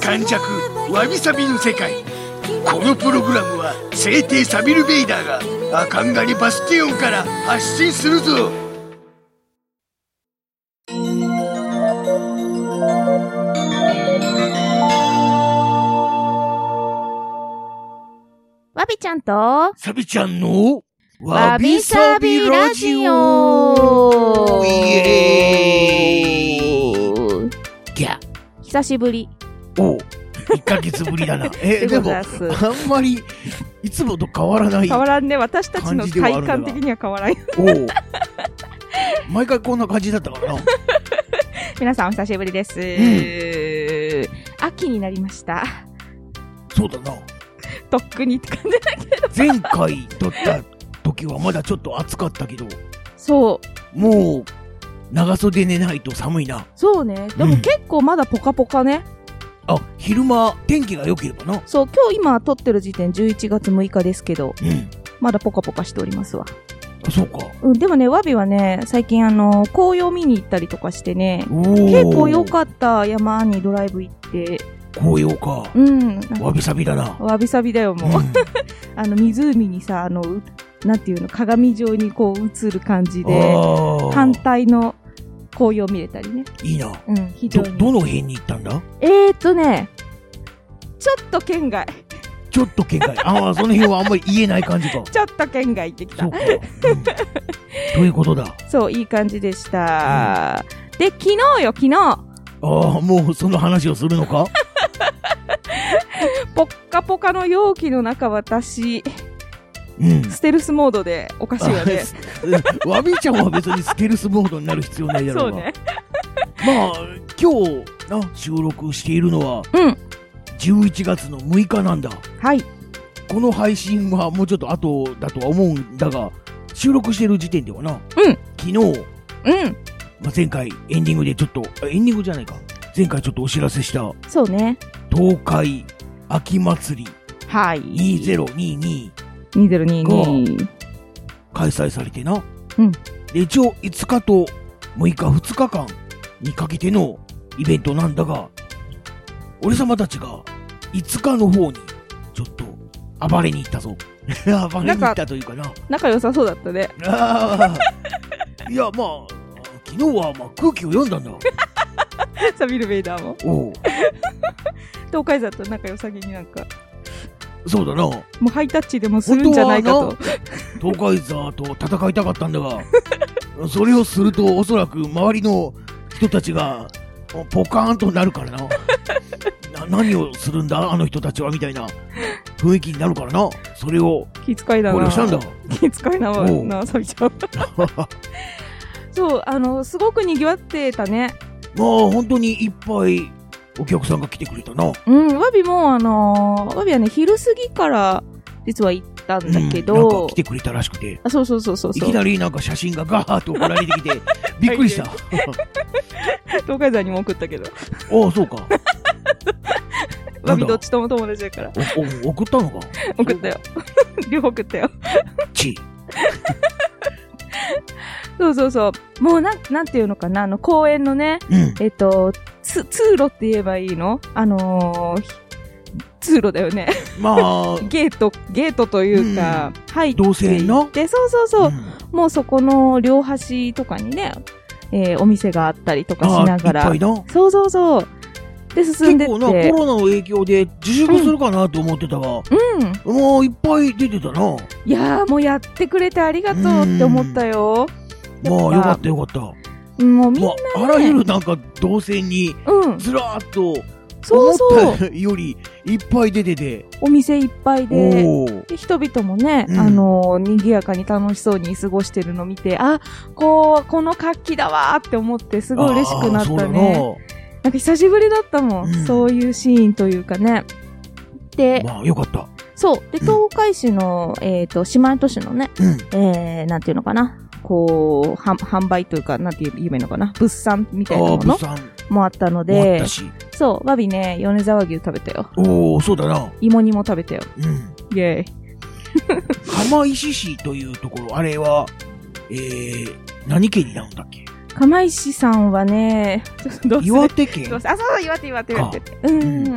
感弱わびさびの世界このプログラムは聖帝サビル・ベイダーがアカンガリ・バスティオンから発信するぞわびちゃんと、サビちゃんのわびさびラジオイエーイギャ久しぶりお1ヶ月ぶり だなえででごもざあいます。んまりいつもと変わらない変わらんね、私たちの感じではあ体るな感的には変わらん。おう毎回こんな感じだったからな皆さんお久しぶりです。秋になりました。そうだなとっくにって感じ。前回撮った時はまだちょっと暑かったけど、そう。もう、長袖寝ないと寒いな。そうね。でもうん結構まだポカポカね。あ、昼間、天気が良ければな。そう、今日今撮ってる時点11月6日ですけど、うん。まだポカポカしておりますわ。あそうか。うん、でもね、わびはね、最近あの、紅葉見に行ったりとかしてね、お結構良っかった山にドライブ行って、た。紅葉か。うん、なんかわびさびだな。わびさびだよ、もう。うんあの、湖にさ、あの、うなんていうの、鏡状にこう映る感じで、ああ。反対の紅葉見れたりね。いいな。うん、非常ど、に。どの辺に行ったんだえーっとね、ちょっと県外、ちょっと見外。ああ、その辺はあんまり言えない感じ か。ちょっと県外行ってきそたう。か。うんということだ。そう、いい感じでした。で、昨日よ、昨日、ああ、もうその話をするの かポッカポカの容器の中、私、うん。ステルスモードでお菓子をね。あわびちゃんは別にステルスモードになる必要ないだろそううが。ね。まあ今日な収録しているのはうん。 11月の6日なんだはい。この配信はもうちょっと後だとは思うんだが収録してる時点ではな、うん昨日、うん。まあ、前回エンディングでちょっとあエンディングじゃないか前回ちょっとお知らせしたそうね。東海秋祭はい。り2022 2022。開催されてな、うんで一応5日と6日2日間にかけてのイベントなんだが俺様たちが5日の方にちょっと暴れに行ったぞ 暴れに行ったというかな仲良さそうだったね。 あー いやまあ昨日はまあ空気を読んだ んだサビル・ベイダーも。おう東海座と仲良さげになんか、そうだなもうハイタッチでもするんじゃないかと本。東海座と戦いたかったんだが それをするとおそらく周りの人たちがポカーンとなるからな な何をするんだあの人たちはみたいな雰囲気になるからなそれを気遣いだ考な。慮したんだ 気遣いなわおうな、サビち ゃん。そう、あの、すごく賑わってたね。まあ本当にいっぱいお客さんが来てくれたなうん、わびも、あのーわびはね、昼過ぎから、実は行ったんだけうんなんど、か来てくれたらしくてあそうそうそうそういそうき、なりなんか写真がガーッと送られてきてびっくりしたあ東海座にも送ったけど、 あそう かわびなんだどっちとも友達だから、おお送ったのか 送ったよ。両方送ったよ。ちそうそうそう。もうなん、なんていうのかな、あの、公園のね、うんえっと、つ、通路って言えばいいのあのーひ通路だよね。 まあゲート、ゲートというか、入って。動線ので、そうそうそう。んもうそこの両端とかにね、えーお店があったりとかしながあらーいっ。ぱいなそうそうそう。で、進んで結っ構なて。コロナの影響で自粛するかなと思ってたが、うん。もういっぱい出てたな。いやー、もうやってくれてありがとうって思ったよ。まあよかったよかった。まうんもうみんな、ああらゆるなんか動線にうん。ずらーっとそうそ思うっ。たよりいっぱい出てて、お店いっぱいで。おお。で人々もね、うんあの、賑やかに楽しそうに過ごしてるの見て、あ、こう、この活気だわーって思って、すごい嬉しくなったね。なんか久しぶりだったもん,、うんそういうシーンというかね。で、まあ、よかった。そう。で、東海市の、えっ、と、四万十市のね、うん。えー、なんていうのかな。こう、は販売というか、なんて言えばいいのかな。物産みたいなああ、もの物産もあったのもあっでた、し。そう、バビね、米沢牛食べたよ。おお、そうだな。芋煮も食べたよ。うん。イェーイ。釜石市というところ、あれは、えー、何県になるんだっけ釜石さんはね、ちょっとどうする岩手どう県するあ、そうそう、岩手、岩手、岩手。うんうん。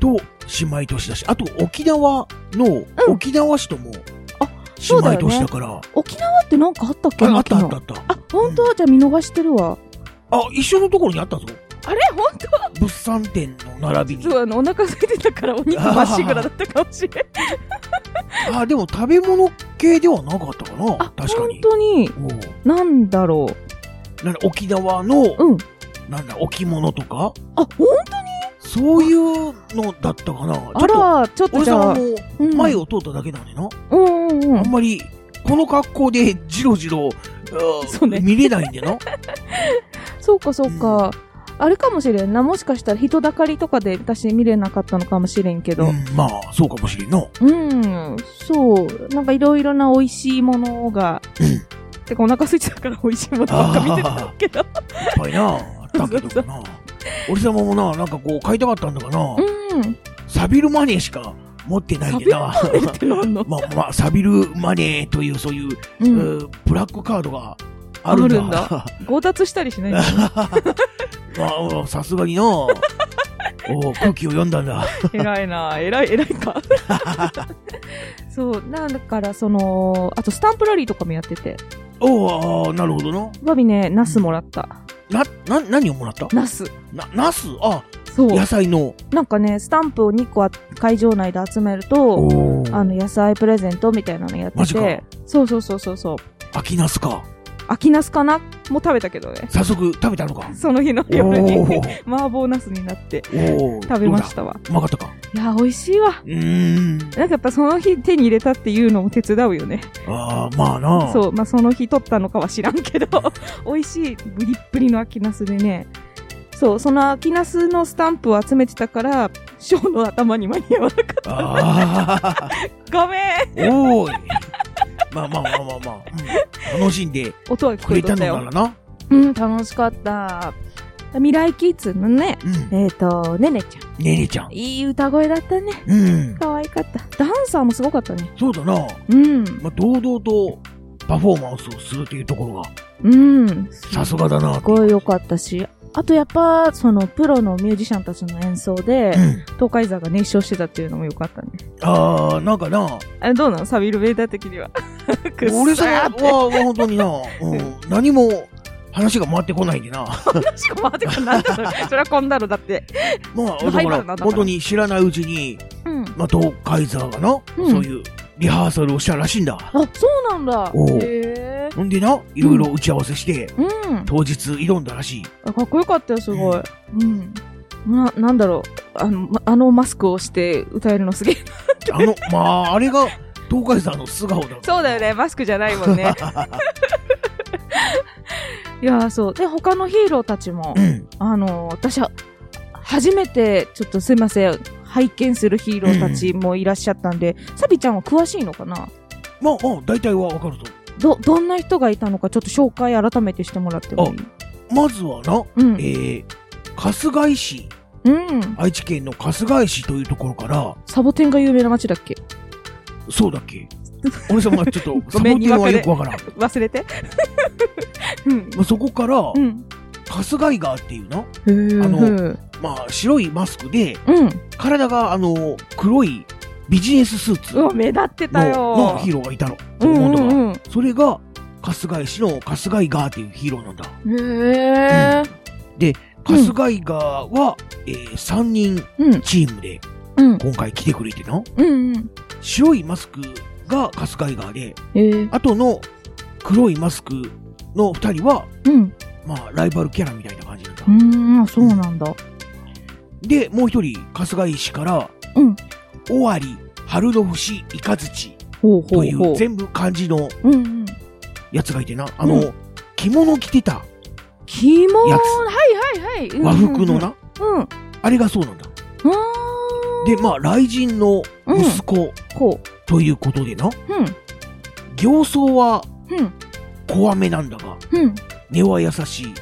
と姉妹都市だし、あと沖縄の、うん沖縄市とも、あ姉そうだ妹よね都市だから。沖縄ってなんかあったっけああったあっ沖たあ縄った。あ、本当じゃあ見逃してるわ。あ、一緒のところにあったぞ。あれ本物産展の並び当に。そう、あの、お腹空いてたからお肉まっしぐらだったかもしれん。あ、でも食べ物系ではなかったかな。あ、確か本に。当に、おうなんだろなんだ沖縄の、う。うん。なんだ、置物とか、あ、ほんそういうのだったかな。ちょあっと、ら、ちょっと俺じゃ様あ、もうん前を通っただけなんでな。うんうんうあんん。まり、この格好でじろじろ、あーそうね見れないんで な。そうかそうか。あれかもしれんな。もしかしたら人だかりとかで私見れなかったのかもしれんけうど。ん、まあ、そうかもしれんな。うん、そう。なんかいろいろな美味しいものが。てかお腹空いてたから美味しいものばっか見てたけど。いっぱいな、あったけどな。俺様もな、なんかこう、買いたかったんだかな。 うん。サビルマネーしか持ってないんでな。ってなんの まあまあ、サビルマネーという、そういう、う。うんーブラックカードがあるんだ。あるんだ強奪したりしないの まあ、さすがにな。おう空気を読んだんだ。偉いな。偉い、偉い か。そう。なんだから、その、あとスタンプラリーとかもやってて。おうああ、なるほどな。バビね、ナスもらった。な、な、何をもらったナス。な、ナスあ、そう。野菜の。なんかね、スタンプを2個あ会場内で集めると、おあの、野菜プレゼントみたいなのやっマてジかて。そうそうそうそうそう。秋ナスか。秋ナスかなもう食べたけどね。早速食べたのか。その日のお夜に。ー麻婆ナスになってお。食べましたたわ。うまかったか。いや、美味しいわ。うーん。なんかやっぱその日手に入れたっていうのも手伝うよね。ああ、まあな。そう。まあその日取ったのかは知らんけど、 美味しいブリッブリの秋ナスでね。そう、その秋ナスのスタンプを集めてたから、ショーの頭に間に合わなかっああ、た。ごめんおーい。まあまあまあまあまあ。うん楽しんで音は聞こくえれとたったのなよら。な。うん、楽しかった。未来キッズのね、うん。えっ、と、ねねちゃん。ねねちゃん。いい歌声だったね。うん。可愛かった。ダンサーもすごかったね。そうだな。うん。まあ、堂々とパフォーマンスをするというところが、うん。すさすがだなって。ごい良かったし、あとやっぱ、その、プロのミュージシャンたちの演奏でう、ん。東海座が熱唱してたっていうのも良かったね。ああ、なんかな、あれどうなのサビルベーター的 には。くっ俺さ様ーは、っては本当にな、うん、何も話が回ってこないんでな。しかも、てか、なんだそれ。それはこんなのだって。まあ、だかライバルなんら、だから本当に知らないうちに、うん。まあ、東海ザーがな、うんそういうリハーサルをしたらしいんだ。あ、そうなんだ。おうへえ。ほんでな、いろいろ打ち合わせして、うん。当日挑んだらしい。あかっこよかったよ、すごい。うん。な、なんだろう。あの、まあのマスクをして歌えるのすげえ。あの、まあ、あれが東海ザーの素顔だ。 そうだよ。ね、マスクじゃないもんね。 いやー、そう。で、他のヒーローたちもう、ん。あのー私は、初めて、ちょっとすいません、拝見するヒーローたちもいらっしゃったんで、サビちゃんは詳しいのかなまあ、まあ、大体はわかると。ど、どんな人がいたのか、ちょっと紹介改めてしてもらってもいいまずはな、うん。えー、春日井市、うん。愛知県の春日井市というところから、サボテンが有名な町だっけそうだっけ俺様はちょっと、サ ごボめテんンはよくわからん。忘 れて。うん。まあ、そこから、うん。春日井川っていうの、へーあのへーまあ、白いマスクで、うん。体が、あの、黒いビジネススーツうのわ、目立ってたよ。のヒーローがいたの。うんう本当はんうん。それが、春日井市の春日井川っていうヒーローなんだ。へえ。うん春日井川は、え3人うん。チームでうん。今回来てくれてな。うんうん。白いマスクが春日井川で、へえ。あとの黒いマスクの2人は、うん。まあ、ライバルキャラみたいな感じなんだ。うーん、そうなんだ。で、もう一人、春日井市から、うん。尾張、春の節、イカズチほうほとういほうう。全部漢字のうんうん。やつがいてな、あうの、着物着てたキモーやはいはいはい。うんうん和服の。な、うん。あれがそうなんだ。あで、ーまあ、雷神の息子こということでな、う。うん。行走はうん。怖めなんだが、うん。根は優しい。や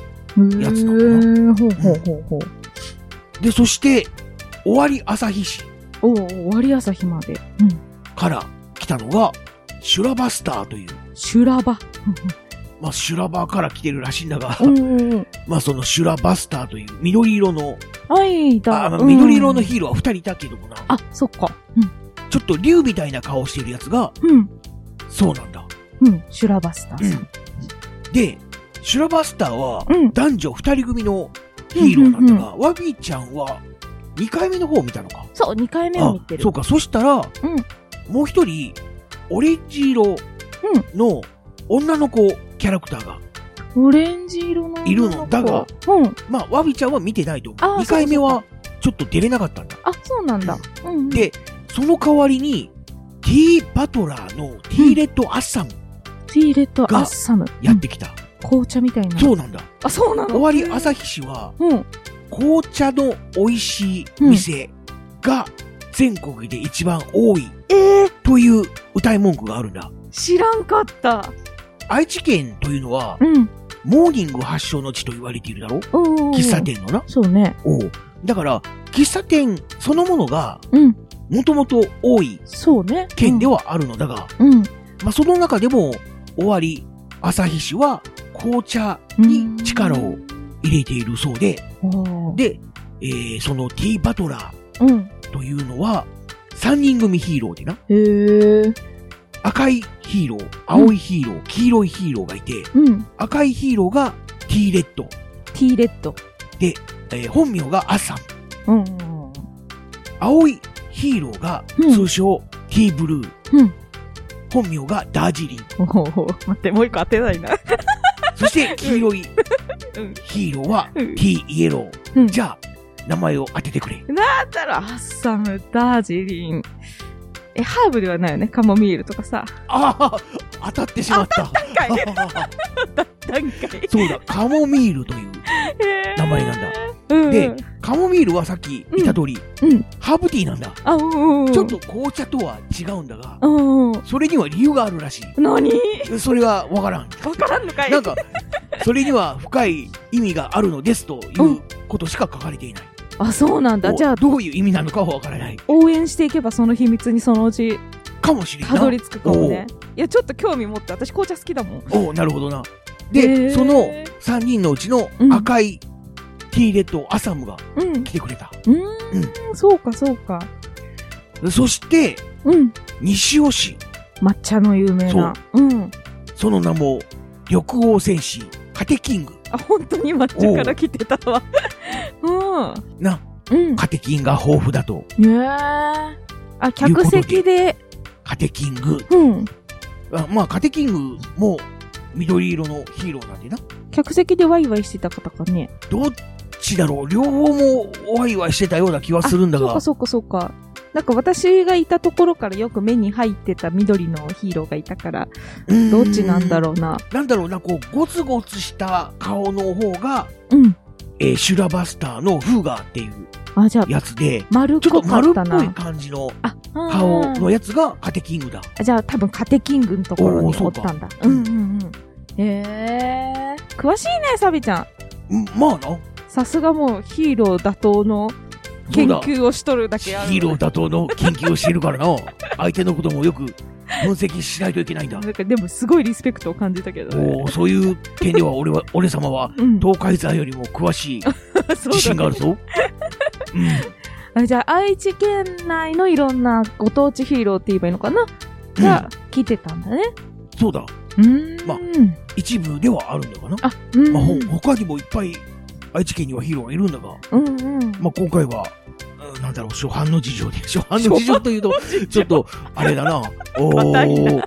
つなうーんほうほうほうほう。で、そして、終わり朝日市おお、終わり朝日まで。うん。から来たのが、シュラバスターという、修羅場。まあ、シュラバーから来てるらしいんだが、うんうんうん。 まあ、そのシュラバスターという緑色の、はい、だ。あまあうん緑色のヒーローは二人いたけどもな、あ、そっか。ちょっと竜みたいな顔してるやつが、うん。うん。そうなんだ。うん。修羅場スターさん。で、シュラバスターは、うん。男女二人組のヒーローなんだうんが、ワビーちゃんは、二回目の方を見たのか。そう、2回目を見てある。そうか、そしたら、もう一人、オレンジ色の女の子キャラクターが、オレンジ色の。いるのだが。うん。まあ、ワビちゃんは見てないと思あう。ー2回目はちょっと出れなかったんだ。あ、そうなんだ。うんうん。で、その代わりに、T バトラーの T レッドアッサムティーレッドアがッサム。やってきた。うん紅茶みたいな。。そううなんだ。あ、そうなの終わり朝日市は、うん。紅茶の美味しい店が全国で一番多いええという歌い文句があるんだ。知らんかった。愛知県というのは、うん。モーニング発祥の地と言われているだろおー喫茶。店のな。そうね。おうだから、喫茶店そのものが、うん。もともと多いそうね。県ではあるのだが、うん。まあ、その中でも、終わり、旭市は紅茶うん。に力を入れているそうで、おー。で、えーその T バトラうん。ーというのは、3人組ヒーローでな、へえ。赤いヒーロー、青いヒーロー、黄色いヒーローがいて、うん。赤いヒーローが T レッド、ティーレッド。えー本名がアッサン、うんうん。青いヒーローがうん通称 T ブルー、うん本名がダージリン、おお待って、もう一個当てないな。そして黄色いうん。ヒーローはうん T イエロー。うんじゃあ、名前を当ててくれ。だったら、アッサム、ダージリン。え、ハーブではないよね。カモミールとかさ。ああ、当たってしまった。たん段階。そうだ、カモミールという。 名前なんだだ。うん。で、カモミールはさっき言った通り、うんうんハーブティーなんだ。あ、うんうんうん。ちょっと。紅茶とは違うんだが、うんうん。それには理由があるらし 何い。それがわからん。わからんのかいなんか、それには深い意味があるのですといううんことしか書かれていない。あ、そうなんだ。おじゃあ、どういう意味なのかはわからない。応援していけばその秘密にそのうちかもしれんたどなりい。着くかもね。いや、ちょっと興味持って、私紅茶好きだもん。おおなるほどな。へで、ーその3人のうちの赤い T レッドアサムがうん。う来てくれた。ーん、そうか、そうか。そして、うん。西尾市、抹茶の有名な。うん。その名も、緑黄戦士、カテキング。あ、本当に抹茶から来てたわ。うん。な、うん。カテキンが豊富だと、ねえ。あ、客席で、カテキング。うん。あまあ、カテキングも、緑色のヒーローなんでな。客席でワイワイしてた方かね。どっちだろう両方も、ワイワイしてたような気はするんだそうがか、、そうか、そうか。なんか私がいたところからよく目に入ってた緑のヒーローがいたから、どっちなんだろうな。うーん。なんだろうな、こう、ゴツゴツした顔の方が、うん。えーシュラバスターのフーガーっていうあ、じゃあ、やつで、丸っちょこっとか丸っったぽいな。感じのあ、あー顔のやつがカテキングだ。じゃあ多分カテキングのところおにーおそうっかたんだ。うんうんうん。へえ。詳しいね、サビちゃん。んまあな、さすがもうヒーロー打倒のそう研だ。究をしとるだヒけある。ーロー打倒の研究をしているからな。 相手のこともよく分析しないといけないんだ。なんかでもすごいリスペクトを感じたけどね。おーそういう点では俺は、俺様は、うん、東海山よりも詳しい そう自信がある ぞ。うん。あじゃあ、愛知県内のいろんなご当地ヒーローって言えばいいのかなが来てたんだね。そうだ。うーん。まあ一部ではあるんだかな。あ、うん。まあ、ほ他にもいっぱい愛知県にはヒーローがいるんだが、うんうん。まあ今回は、うんなんだろう、初版の事情で。 初版の事情というと、ちょっと、あれだ な。おー。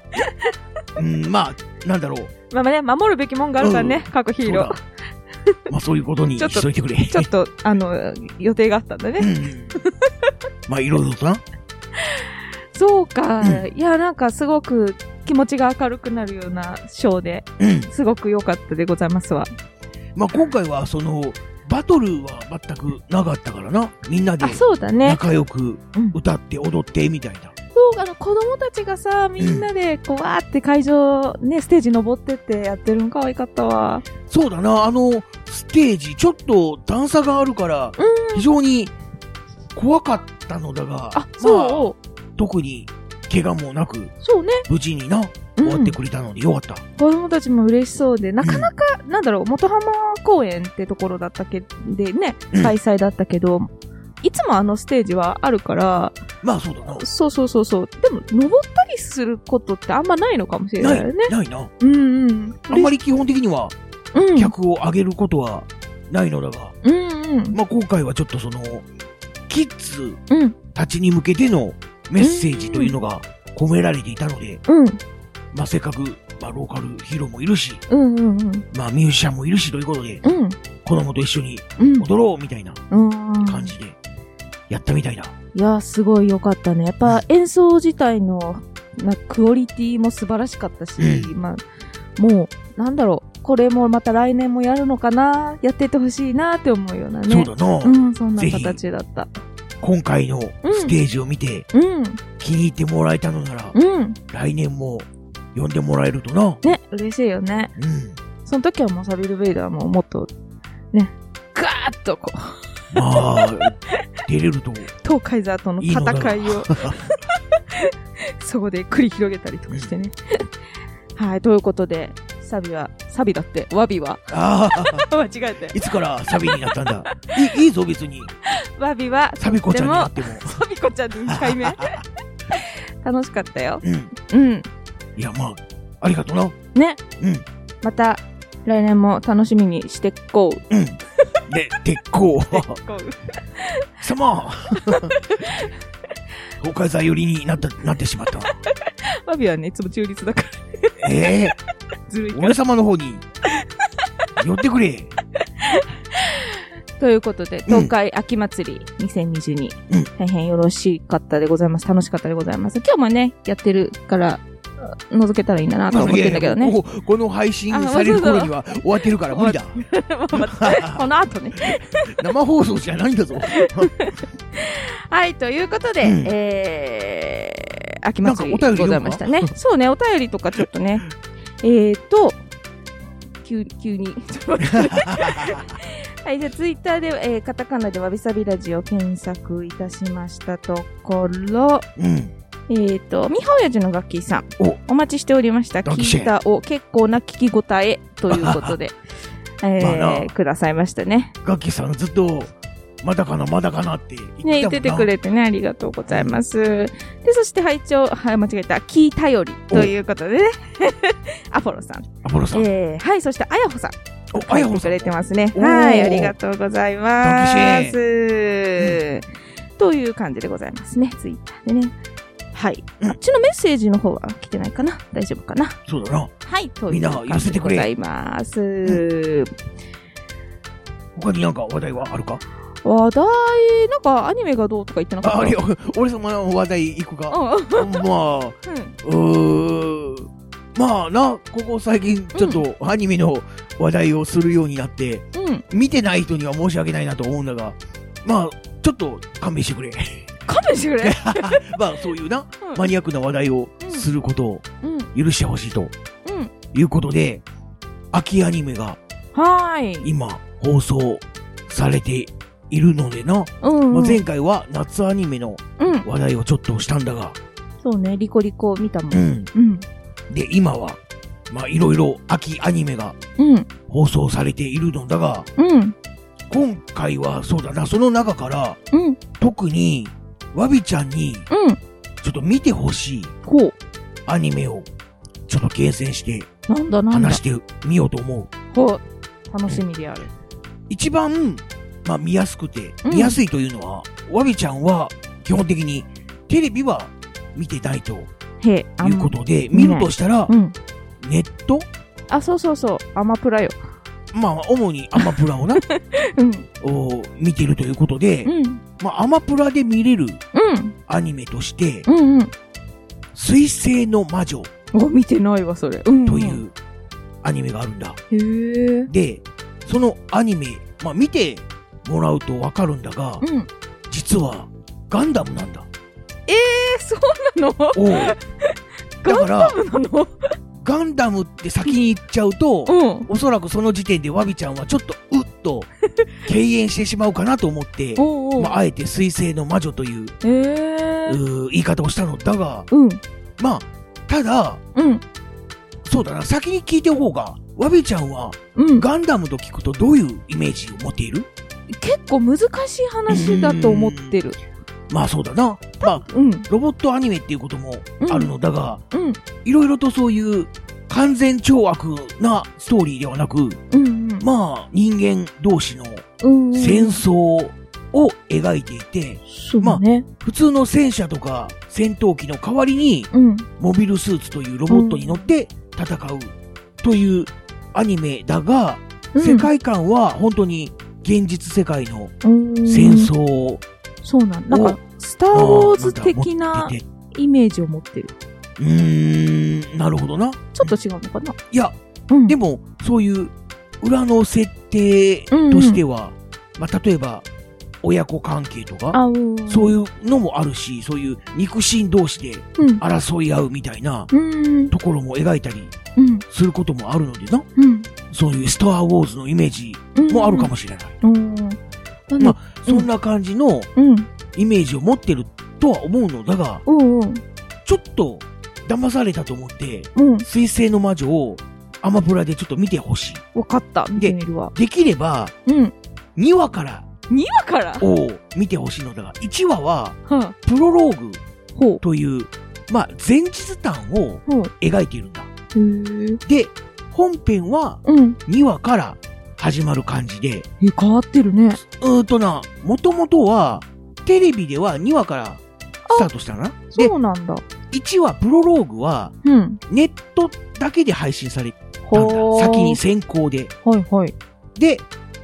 うん、まあ、なんだろう。まあね、守るべきもんがあるからね、各ヒーロそうだ。まあそういうことに ちょっとしといてくれ。ー。ちょっと、あの、予定があったんだね。うんまあいろいろとな。そうか、ういや、なんかすごく気持ちが明るくなるようなショーでうん。すごく良かったでございますわ。まあ今回はその、バトルは全くなかったからな。みんなであ、そうだね。仲良くうん歌って踊ってみたいな。そう、あの、子供たちがさ、みんなで、こう、わーって会場、ね、ステージ登ってってやってるの可愛かったわ。そうだな、あの、ステージ、ちょっと段差があるから、う非常に怖かったのだが、まあ、あそう、特に怪我もなく、そうね。無事にな、う終わっんて、くれたのでよかった。子供たちも嬉しそうで、なかなか、か、なんだろう、元浜公園ってところだったけでねう、ん開催だったけど、いつもあのステージはあるから、まあそうだな。そうそうそうそう。でも、登ったりすることってあんまないのかもしれなないよい、ね。ないな。うんうん。あんまり基本的にはうん、客を上げることはないのだが、うんうん。まあ今回はちょっとその、キッズうんたちに向けてのメッセージというのが込められていたので、うんまあせっかく、まあローカルヒーローもいるし、うんうんうん。まあミュージシャンもいるしということで、うん子供と一緒にうん。踊ろうみたいなうん。感じでやったみたいだ。いや、すごい良かったね。やっぱ演奏自体のなクオリティも素晴らしかったし、うまあ、もう、なんだろう、これもまた来年もやるのかな、やってってほしいなって思うようなね。そうだな、うん、そんなぜひ形だった。今回のステージを見てうん、気に入ってもらえたのなら、うん。来年も呼んでもらえるとな。ね、嬉しいよね。うん。その時はもうサビル・ベイダーももっと、ね、ガーッとこう、まあ、 出れると東海ザーとのいいのだ戦い をそこで繰り広げたりとかしてね。はい、ということで、サビは、サビだって、ワビは、ああ、間違えて。いつからサビになったんだ。いいいぞ、別に。ワビは、サビ子ちゃんになっても。サビコちゃんの2回目。 楽しかったよ。うん。うん。いや、まあ、ありがとうな。ね。うん。また、来年も楽しみにしてこう。うん。で、鉄 鋼。こう貴様 東海座寄りになった、なってしまった。ワビはね、いつも中立だから、ええずるいから俺。様の方に寄ってくれ。ということで、東海秋祭り2022、うん大変よろしかったでございます。楽しかったでございます。今日もね、やってるから、覗けたらいいんだなと思ってんだけどね。 もうこの配信される頃には終わってるから無理だ。 この後ね。生放送じゃないんだぞ。はい、ということで、うんえー、秋祭りなんかお便りございましたね。そうね、お便りとかちょっとね。えーと、急急に。 ちょっと待ってはい、じゃあツイッターで、えーカタカナでわびさびラジオ検索いたしましたところ、うん。えーと、みはおやじのガッキーさんお、お待ちしておりました。ガッキーシ聞ェいたを結構な聞き応えというこ とで、えまあーなくださいましたね。ガッキーさんずっと、まだかな、まだかなって言ってたもんな。ね、言っててくれてね、ありがとうございます。で、そして、拝聴、はい、間違えた、キー頼りということでね、 アポロさん。アポロさん。えー、はい、そして、あやほさん。お、あや書ほいてさん。くれてますね。おーはい、ありがとうございま楽しす。という感じでございますね、ツイッターでね。はい。うんあっちのメッセージの方は来てないかな大丈夫かなそうだな。はい、といみんうな感寄じせでてごくれざいます。他になんか話題はあるか話題、なんかアニメがどうとか言ってなかったあ、いや、俺様の話題行くか。うんまあ、うんうーん。まあな、ここ最近ちょっとアニメの話題をするようになって、うん。見てない人には申し訳ないなと思うんだが、まあ、ちょっと勘弁して くれ。勘弁してくれ。まあ、そういうな、うんマニアックな話題をすることをうん。許してほしいとうん。いうことで、秋アニメがはーい。今放送されているのでな、うん、うまあ、ん。前回は夏アニメのうん。話題をちょっとしたんだが、そうね、リコリコ見たも。うんん。うん。で、今は、まあ、いろいろ秋アニメがうん。放送されているのだが、うん。今回はそうだな、その中からうん。特に、わびちゃんにうん。ちょっと見てほしいこアニメをちょっと厳選してう。なんだなんだ話し。てみようと思う。ほう。楽しみである。一番、まあ見やすくて、うん見やすいというのは、わびちゃんは基本的にテレビは見てないといへえ、あんうことで、見見ないるとしたらう、ん。ネットあ、そうそうそう。アマプラよ。まあ主にアマプラ をな、うん。を見てるということでう、ん。まあアマプラで見れるうん。アニメとして、うん。うん。水星の魔女お、見てないわ、それ。うん。とい。うアニメがあるんだ。へえ。で、そのアニメまあ、見てもらうとわかるんだが、うん。実はガンダムなんだ。えー、そうなのおう だかガらンダムなのガンダムって先に行っちゃうと、うん。おそらくその時点でワビちゃんはちょっとうっ と敬遠してしまうかなと思って、おうおう。まあ、あえて水星の魔女というえー。うー言い方をしたのだが、うん。まあ、ただ、うん。そうだな、先に聞いておこうが、ワビちゃんはうん。ガンダムと聞くとどういうイメージを持っている結構難しい話だと思ってる。まあそうだな。まあ、うん。ロボットアニメっていうこともあるのだが、うん。いろいろとそういう完全懲悪なストーリーではなく、うん。うんまあ人間同士のうん。戦争を描いていて、そうだね。普通の戦車とか戦闘機の代わりにうん。モビルスーツというロボットに乗って戦うというアニメだが、うん世界観は本当に現実世界の戦戦争をそうなんなんか、スター・ウォーズ的な見ててイメージを持ってる。うーん、なるほどな。ちょっと違うのかないや、うん。でも、も、そういう裏の設定としては、まあ、例えば、親子関係とか、あ、うん。そうう。いうのもあるし、そういう肉親同士でうん。争い合うみたいなうん。ところも描いたりうん。することもあるのでな、うん。そういうスター・ウォーズのイメージうんもあるかもしれない。うん。なんまだあそんな感じのうん。イメージを持ってるとは思うのだが、うん。うん。ちょっと騙されたと思って、うん。水星の魔女をアマプラでちょっと見てほしい。わかった。見てみるわ。できれば、うん。 2話から2話からはを見てほしいのだが、1話はあプロローグほう。という、まあ、前日談をほう。描いているんだ。へえ。で、本編はうん。 2話から始まる感じで、え、変わってるね。うーんとな、もともとはテレビでは2話からスタートしたな。でそ、うなんだ。 1話プロローグはうん。ネットだけで配信されたんほう。だ。先に。先行で。はいはい。で、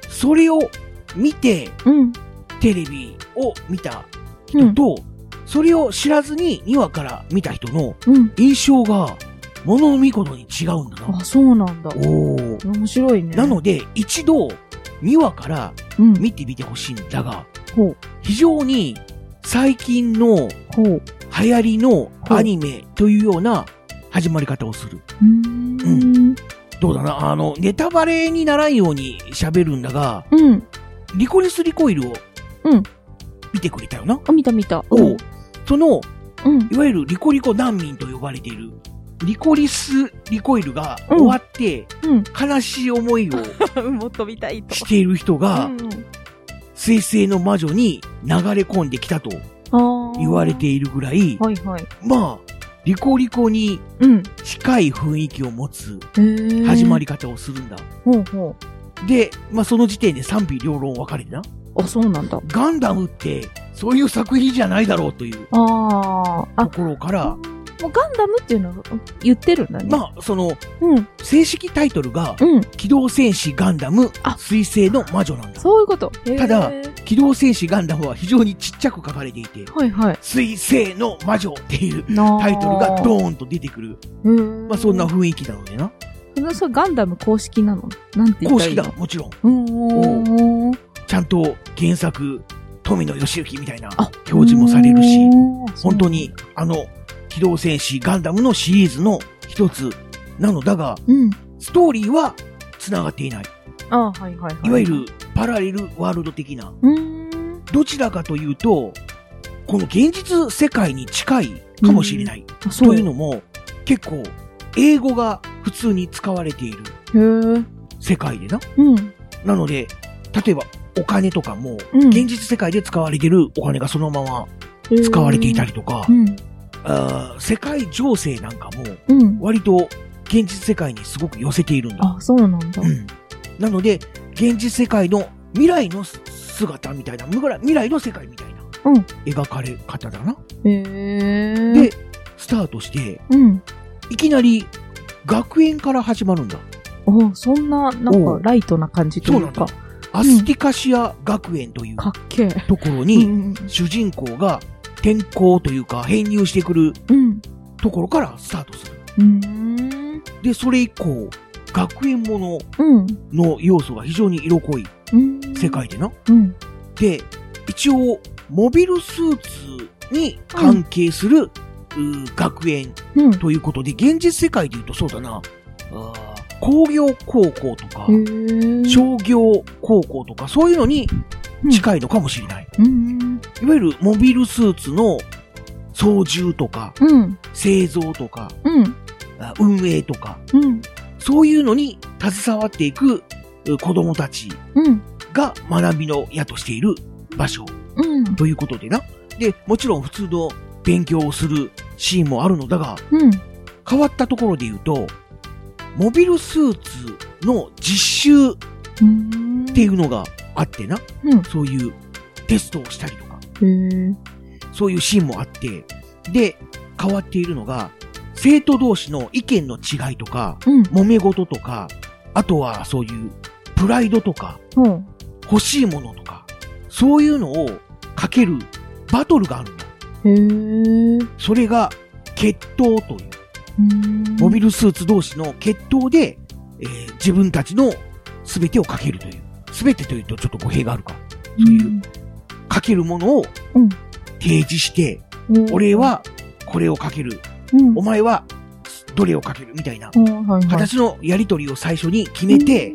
それを見てうん。テレビを見たう人ん。と、それを知らずに2話から見た人のうん。印象がものの見事に違うんだな。あ、そうなんだ。おー面白いね。なので、一度2話からうん。見てみてほしいんだが、ほう。非常に最近のほう。流行りのアニメというような始まり方をする。うーん。どうだなあの、ネタバレにならんように喋るんだが、うん。リコリスリコイルをうん見てくれたよな。あ、見た見た。おうその、うん。いわゆるリコリコ難民と呼ばれている、リコリスリコイルが終わって、うん。悲しい思いを うん。もっと見たいとしている人が、うんうん水星の魔女に流れ込んできたとあー言われているぐらい、はいはい。まあ、リコリコにうん。近い雰囲気を持つへー始ま。り方をするんだ。ほうほで、まあその時点で賛否両論分かれてな。う。あ、そうなんだ。ガンダムってそういう作品じゃないだろうというああ。あと、ころから、もうガンダムっていうのは言ってるんだね。まあそのうん。正式タイトルがうん。機動戦士ガンダムあ水星の魔女なんだ。そういうこと。へーただ機動戦士ガンダムは非常にちっちゃく書かれていて、はいはい。水星の魔女っていうタタイトルがドーンと出てくる。ンまあそんな雰囲気なのでな。そのそうガンダム公式なのなんて言っ公たらい式いのだ、もちろん。うんうんうん。ちゃんと原作、富野義行みたいな表示もされるし。うん本当に。あの、機動戦士ガンダムのシリーズの一つなのだが、うん。ストーリーは繋がっていない。あーはいはいはい。いわゆるパラレルワールド的な、うーん。どちらかというと、この現実世界に近いかもしれない。あ、そとういうのも、結構、英語が普通に使われているへー世界でな。うん。なので、例えば、お金とかも、うん現実世界で使われているお金がそのまま使われていたりとかう、ん。あー世界情勢なんかも、うん。割と現実世界にすごく寄せているんだ。あ、そうなんだう。ん、なので、現実世界の未来のす姿みたいな、むら未来の世界みたいな、うん描かれ方だな。へえ。で、スタートして、うん。いきなり学園から始まるんだ。おそんな、なんおか、ライトな感じというかそ、アスティカシア学園というかっけえ。ところうに、ん主人公が転校というか編入してくるうん。ところからスタートする。うん。で、それ以降、学園ものうん。の要素が非常に色濃いうん。世界でな。うん。で、一応、モビルスーツに関係する、うー学園うん。ということで、現実世界で言うとそうだな、あー工業高校とか、へー商業高校とか、そういうのに近いのかもしれない。うん。いわゆるモビルスーツの操縦とか、うん。製造とか、うん。あ運営とか、うん。そういうのに携わっていくう子供たちうん。が学びの矢としている場所うん。ということでな。で、もちろん普通の勉強をするシーンもあるのだが、うん。変わったところで言うと、モビルスーツの実習っうん。ていうのがあってな、うん。そういうテストをしたりとか、へーそういうシーンもあって、で、変わっているのが、生徒同士の意見の違いとか、うん。揉め事とか、あとはそういうプライドとか、ほう。欲しいものとか、そういうのをかけるバトルがあるんだ。へーそれが決闘という、うん。モビルスーツ同士の決闘で、えー自分たちの全てをかけるという。全てというとちょっと語弊があるか。そういうかけるものをうん提示して、うん。俺はこれをかける、うん、お前はどれをかけるみたいなうん。はいはい。形のやり取りを最初に決めて、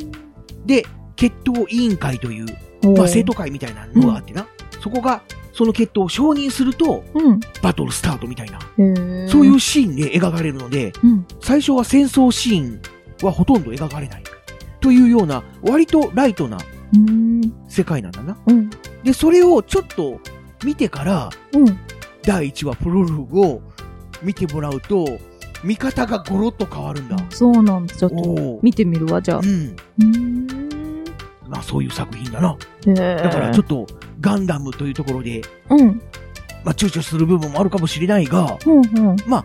で、決闘委員会という、まあ、生徒会みたいなのがあってな、そこが、その決闘を承認すると、うん。バトルスタートみたいな、へーそういう、シーンで描かれるので、うん。最初は戦争シーンはほとんど描かれない。というような、割とライトなうん。世界なんだな。うん。で、それをちょっと見てから、うん。第1話プロローグを見てもらうと、見方がゴロッと変わるんだ。そうなんだ。ちょっと、おお。見てみるわ、じゃあう。ん。うん。まあそういう作品だな。へーだからちょっとガンダムというところで、うん。まあ躊躇する部分もあるかもしれないが、うん。うん。まあ、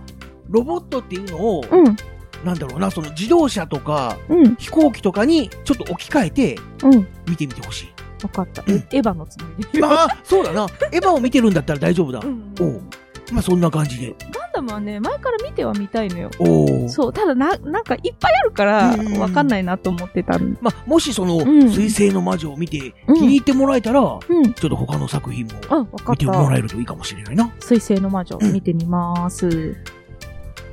ロボットっていうのを、うん。なんだろうな、その自動車とかうん。飛行機とかにちょっと置き換えてうん。見てみてほしわかった。うんエヴァのつもり で。い。まあ、そうだな。エヴァを見てるんだったら大丈夫だう。ん。おガうンまあそんな感じで。ダムはね、前から見ては見たいのよ。おお。そう、ただな、なんかいっぱいあるからうんうん、わかんないなと思ってたんまあ、もしその、ん水星の魔女を見てう気に入ん。ってもらえたら、ちうん。ょっと他の作品もあ、わかっ見てもらた。えるといいかもしれないな。水星の魔女、うん見てみます。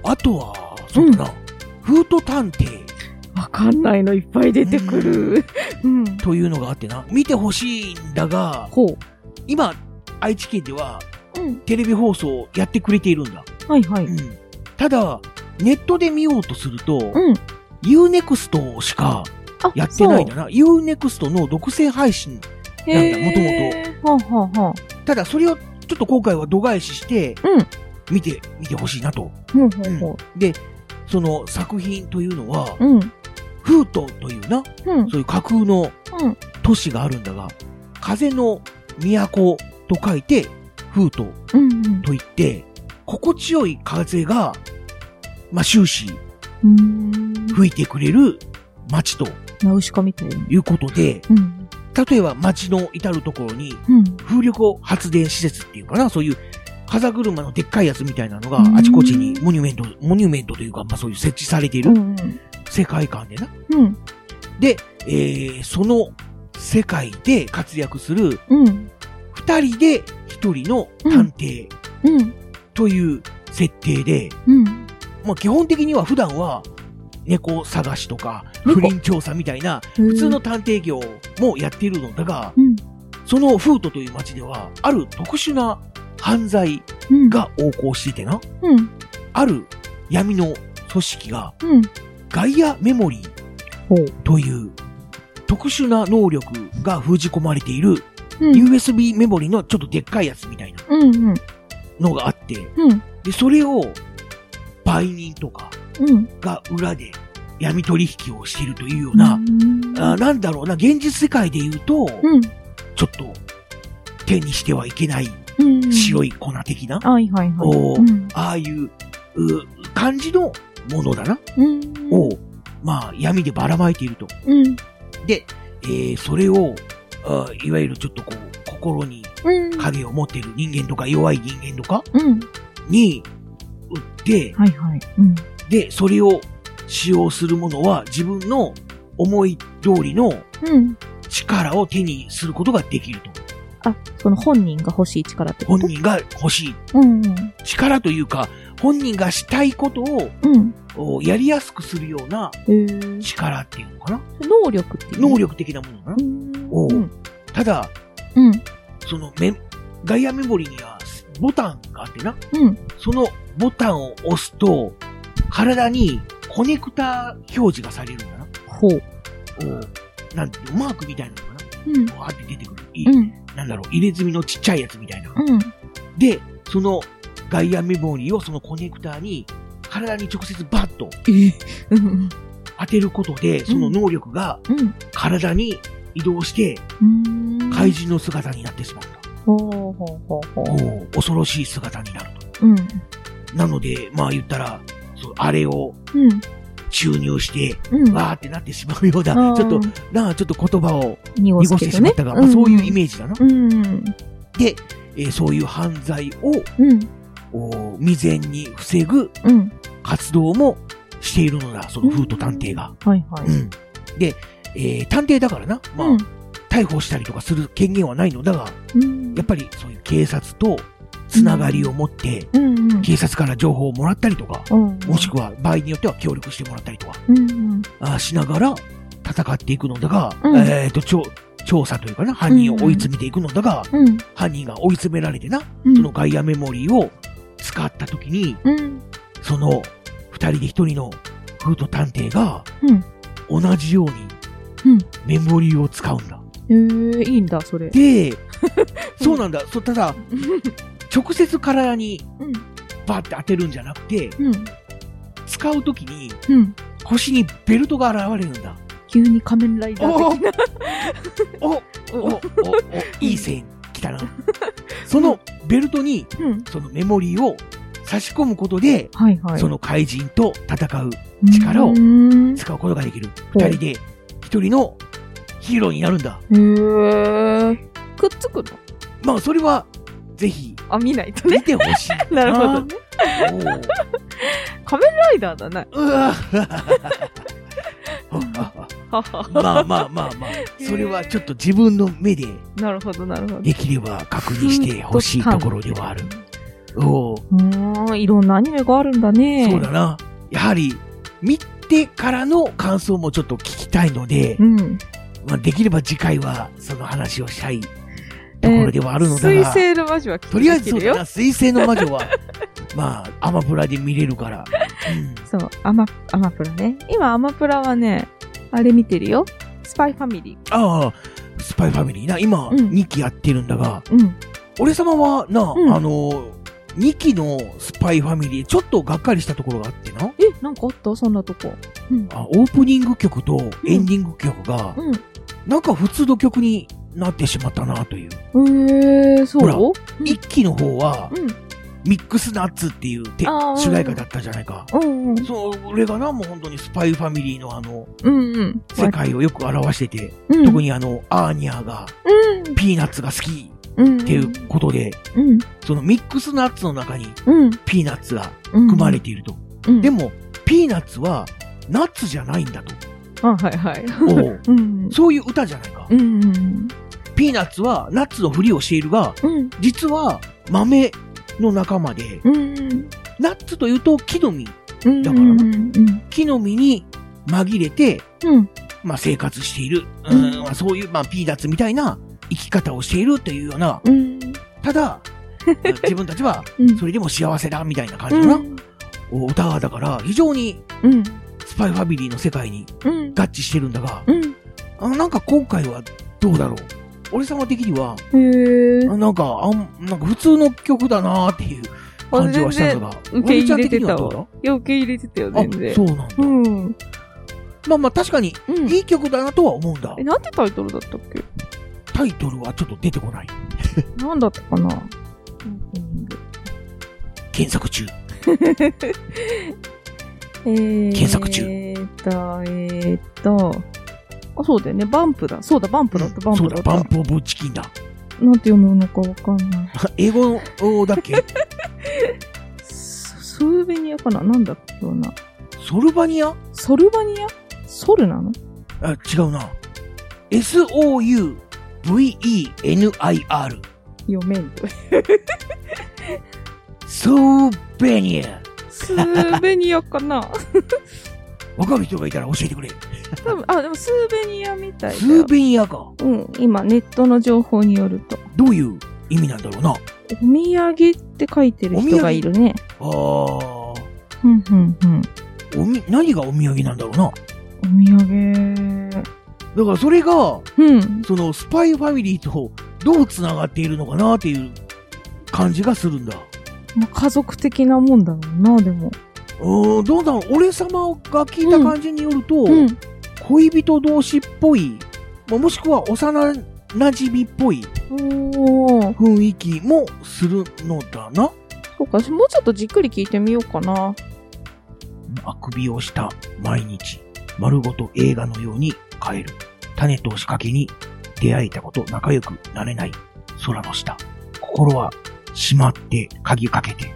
あとは、そうだな。フート探偵わかんないのいっぱい出てくる。うん。というのがあってな、見てほしいんだが、こ今、愛知県ではう。うん。テレビ放送やってくれているんだ。はいはい。う。うんただ、ネットで見ようとすると、ん。 UNEXT しかあ、やってないんだな。UNEXT の独占配信。そう。なんだもと。はあ、はあはただ、それをちょっと今回は度外視して、うん見て、見てほしいなと。あ、ほうほうほで、その作品というのは、う。うん。フートというな、うん。そういう架空のうん。都市があるんだが、風の都と書いて、風都うん。と言って、心地よい風が、まあ、終始うん。吹いてくれる街とナウシカみたいに。いうことで、うん。例えば街の至るところにうん。風力発電施設っていうかな、そういう風車のでっかいやつみたいなのがうんあちこちにモニュメント、モニュメントというか、まあそういう設置されていうるん。世界観でな。うん。で、えー、その世界で活躍するうん。二人で一人の探偵うん。という設定で、うん。まあ基本的には普段は猫探しとか猫不倫調査みたいな普普通の。探偵業もやっているのだが、うん。そのフートという街では、ある特殊な犯罪うん。。が横行していてな、うん。ある闇の組織がうん。ガイアメモリーほう。という特殊な能力が封じ込まれているうん。 USB メモリーのちょっとでっかいやつみたいなうん。うん。のがあって、うん。で、それを売人とかうん。が裏で闇取引をしているというような、あなんだろうな、現実世界で言うと、うん。ちょっと手にしてはいけないうん。白い。い粉的な、はいはいはい。おーうん。ああいうう感じのものだな、うん。を、まあ、闇でばらまいていると。うん。で、えーそれをあーいわゆるちょっとこう、心にうん。影を持っている人間とか弱い人間とかうん。に売って、はいはい。うん。で、それを使用するものは自分の思い通りのうん。力を手にすることができると。あ、その本人が欲しい力ってこ本と人が欲しいうんうん。力というか、本人がしたいことをうん。おやりやすくするようなへー力っていうのかな。能力っていう。能。力的なものかなう。ん。おううん。ただ、うん。そのメ、ガイアメモリにはボタンがあってな。うん。そのボタンを押すと、体にコネクタ表示がされるんだな。ほう。おなんていうのマークみたいなのかうんな。。わーって出てくる。いうん。なんだろう、入れ墨のちっちゃいやつみたいな。うん。で、そのガイアメモリーをそのコネクターに、体に直接バッとえうん。当てることで、その能力がうん。体に移動して、うん。怪人の姿になってしまうんだ。ほうほうほうほう。お恐ろしい姿になるうん。と。なので、まあ言ったら、そうあれをうん。注入して、うん。わーってなってしまうようあな、ーちょっと、なあ、ちょっと言葉を濁濁すしけてどしまねっ。たが、まあそういうイメージだな。うん。で、えーそういう犯罪をうん。お未然に防ぐうん。活動もしているのだ、そのフート探偵が。はいはうい。ん。で、えー探偵だからな、まあ、うん逮捕したりとかする権限はないのだが、うんやっぱりそういう警察とつながりを持って、うんうん。警察から情報をもらったりとか、うんもしくは場合によっては協力してもらったりとか、うんうん。あーしながら戦っていくのだが、うんえっ、と、調調査というかな、犯人を追い詰めていくのだが、うん。犯人が追い詰められてな、うんそのガイアメモリーを使った時に、うん。その二人で一人のフート探偵が、うん同じようにうん。メモリーを使うんだ。 えー、いいんだ、それ。で、そうなんだ。そうただ、直接体にうん。バーって当てるんじゃなくて、うん。使う時にうん。腰にベルトが現れるんだ。急に仮面ライダー的な。 おおおおいい線来たな。そのベルトにうん。そのメモリーを差し込むことで、はいはい。その怪人と戦う、力をうん使うことができる。ほう二人で一人のヒーローになるんだ。へー。くっつくのまあ、それは、ぜひ、あ、見ないとね。。見てほしい なるほどね。おーライダーだな。うわ はは まあまあまあまあ、それはちょっと自分の目でなるほど、なるほど。できれば確認してほしいところではある。おお、うーん、いろんなアニメがあるんだね。そうだな。やはり、見てからの感想もちょっと聞きたいので、うん。まあ、できれば次回はその話をしたいところではあるのだ水が、星の魔女はきっととりあでえずきそうるだよ。な、水星の魔女は、 まあ、アマプラで見れるから、うんそう、アマ、アマプラね。今、アマプラはね、あれ見てるよ。スパイファミリああ、スパイファミリーな、今、うん2期やってるんだが、ー。うん。俺様はな、うんあの、2期のスパイファミリー、ちょっとがっかりしたところがあってな、え、なんかあったそんなとこ。うん。あオープニング曲とエンディング曲が、うん。なんか普通の曲になってしまったなという。えー、そうほうん1期の方は、うん。ミックスナッツっていうてあー主題歌だったじゃないか。うんうん。そう、俺がな、もう本当にスパイファミリーのあの、うんうん。世界をよく表してて、うん。特にあの、アーニャが、うん。ピーナッツが好きうん。っていうことで、うん。そのミックスナッツの中にうん。ピーナッツがうん。含まれていると。うん。でも。も、ピーナッツはナッツじゃないんだと。あ、はいはい。おううん。そういう歌じゃないかう。ん。ピーナッツはナッツのふりをしているが、うん。実は豆の仲間で、うん。ナッツというと木の実。うん。だからう。なんうん。木の実に紛れて、うん。まあ、生活している。ううんんまあ、そういう、まあ、ピーナッツみたいな生き方をしているというような、うん。た だ、自分たちはうん。それでも幸せだみたいな感じう。のなんお歌だから、非常にうん。スパイファミリーの世界にうん。合致してるんだが、うん。あなんか今回はどうだろう俺様的には、へー。あなんか、あんなんか普通の曲だなーっていう感じはしたんだが、受け入れてワたルちゃん的にはどわ。いや、受け入れてたよ、全うだあ、然そ。うなんだ。うん。うん。まあまあ確かに、いい曲だなとは思うんだえ、。なんてタイトルだったっけタイトルはちょっと出てこない。なんだったかなオープニング検索中。えー、検索中えーっと、えーっと、あ、そうだよね。バンプだ。そうだ、バンプだった、バンそうプだ、だバンっプオブチキンだ。た。なんて読むのかわかんない。英語だっ けススーベニアかななんだっけな。ソルバニアソルバニアソルなのあ、違うな。 SOUVENIR 読めんと。ソーベニアスベニアかな わかる人がいたら教えてくれ多分、あ、でもスーベニアみたいスだよー。ベニアかうん、今ネットの情報によると。どういう意味なんだろうなお土産って書いてる人がいるね。あーうんうんうん。おみ何がお土産なんだろうなお土産。だからそれがうん。そのスパイファミリーとどうつながっているのかなっていう感じがするんだまあ、家族的なもんだろうな、でも。うーんどうだろう俺様が聞いた感じによると、うん。恋人同士っぽい、まあもしくは幼なじみっぽいおー。雰囲気もするのだなそうか、もうちょっとじっくり聞いてみようかな。あくびをした毎日丸ごと映画のように変える種と仕掛けに出会えたこと仲良くなれない空の下心は閉まって鍵かけて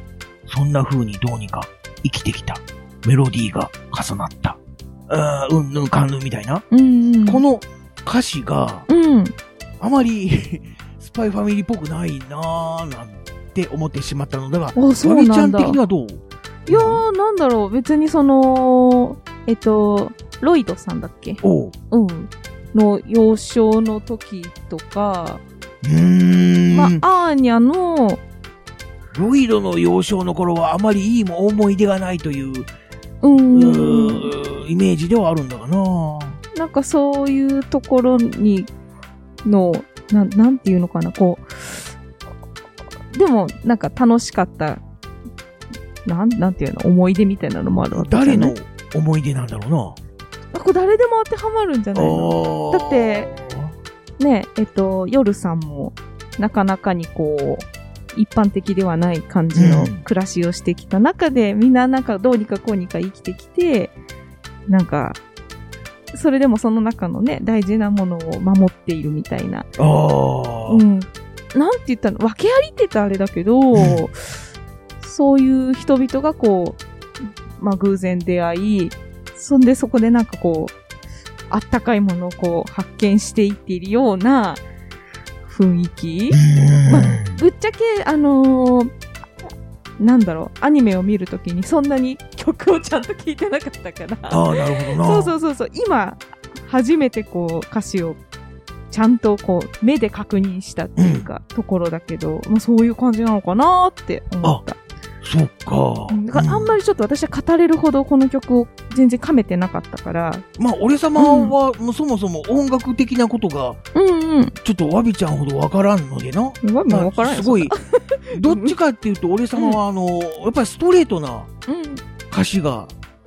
そんな風にどうにか生きてきたメロディーが重なったうーんうんぬんかんぬんみたいな、うん、うん。この歌詞がうん。あまり スパイファミリーっぽくないなぁなんて思ってしまったのだがあ、そまうみちゃなんんだ。的にはどういやー、なんだろう、別にその、えっと、ロイドさんだっけおううん。の幼少の時とか、うーんまあ、アーニャの、ロイドの幼少の頃はあまりいい思い出がないといううー、うんーんイメージではあるんだがな。なんかそういうところに、の、なん、なんていうのかな、こう、でも、なんか楽しかった、なん、なんていうの、思い出みたいなのもあるわけじゃな誰いの思い出なんだろあこれ誰でも当てはまるんじゃうなないのあー。だってねえ、っと、夜さんも、なかなかにこう、一般的ではない感じのうん暮らしをしてきた中で、みんななんかどうにかこうにか生きてきて、なんか、それでもその中のね、大事なものを守っているみたいな。ああ、うん。なんて言ったの分けありって言ったらあれだけど、んそういう人々がこう、まあ偶然出会い、そんでそこでなんかこう、あったかいものをこう発見していっているような雰囲気まあぶっちゃけ、あのーなんだろう、アニメを見るときにそんなに曲をちゃんと聴いてなかったから。ああ、なるほどな。そうそうそうそう。今、初めてこう、歌詞を、ちゃんとこう、目で確認したっていうか、ところだけど、まあそういう感じなのかなって思った。そっか。うんだからあんまりちょっと私は語れるほどこの曲を全然噛めてなかったから、まあ、俺様は、もうそもそも音楽的なことが、うんうん。ちょっとわびちゃんほどわからんのでな。わもうわかまらんあすよ。ごい。 どっちかっていうと、俺様は、あの、やっぱりストレートなそんな。歌詞が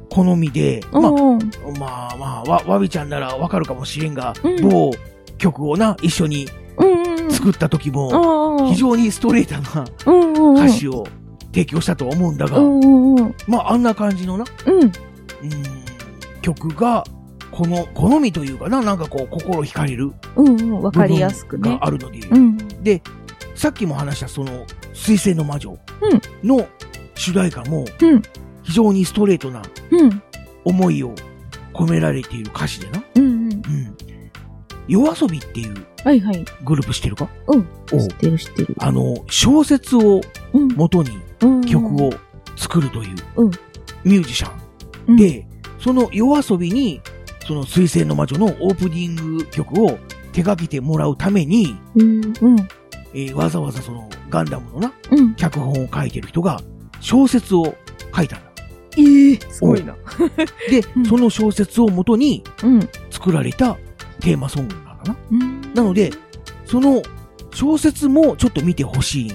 好みで、うん。まあ、うんうん。まあまあ、わ、わびちゃんならわかるかもしれんが、うん某曲をな、一緒にうんうんうん。作った時あも、あ非常にストレートなうんうんうん。歌詞を提供したと思うんだが、うんうんうん。まああんな感じのな、うん。うーん、曲が、この、好みというかな、なんかこう、心惹かれるうんうん。わ部か分りやすくねが。あるので、うん。で、さっきも話したその、水星の魔女の主題歌も、うん非常にストレートなうん。思いを込められている歌詞でな、うんうん。うん。夜遊びっていうはいはい。グループしてるかうんお知ってる知ってる。あの、小説をうん元にうん曲を作るといううんミュージシャン、うんで、その夜遊びに、その水星の魔女のオープニング曲を手掛けてもらうために、うんうん。えーわざわざそのガンダムのな、うん。脚本を書いてる人が小説を書いたんだ。ええすごいな。で、うんその小説を元にうん。作られたテーマソングなのかな。うんなので、その小説もちょっと見てほしい、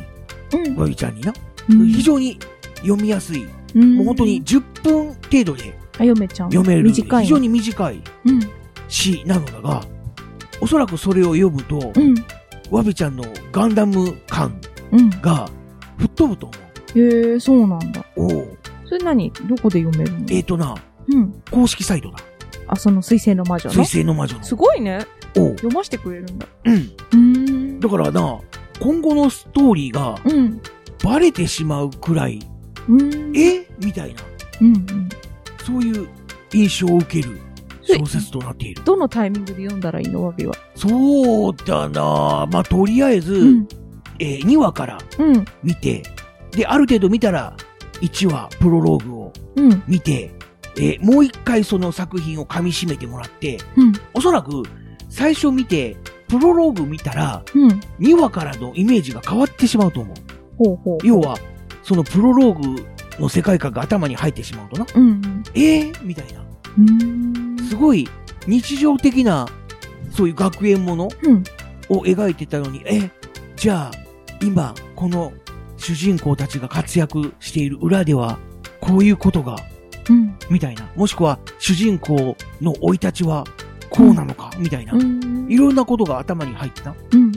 うんわびちゃんにな。うん非常に読みやすい。うんもう本当に10分程度であ読めちゃう読める。短い非常に短いうん詩なのだが、おそらくそれを読むと、うんわびちゃんのガンダム感うんが吹っ飛ぶとへえそうなんだ思う。おうそれ何どこで読めるのえーとな、うん公式サイトだ。あその水星の魔女水の星の魔女の。すごいねおう読ませてくれるんだうん。うーんだからな、今後のストーリーがうんバレてしまうくらい、うんえみたいな、うんうんそういう印象を受ける小説となっている。どのタイミングで読んだらいいのわびは。そうだなまあ、とりあえず、うん。えー2話からうん。見て、で、ある程度見たら、1話、プロローグをうん。見て、えーもう一回その作品を噛み締めてもらって、うん。おそらく、最初見て、プロローグ見たら、うん。 2話からのイメージが変わってしまうと思う。ほうほう。要は、そのプロローグの世界観が頭に入ってしまうとな、うん。えー、みたいな。うん。すごい、日常的な、そういう学園ものうん。を描いてたのに、え、じゃあ、今、この主人公たちが活躍している裏では、こういうことが、うん。みたいな。もしくは、主人公の生い立ちは、こうなのか、みたいなう。ん。いろんなことが頭に入った。うん。。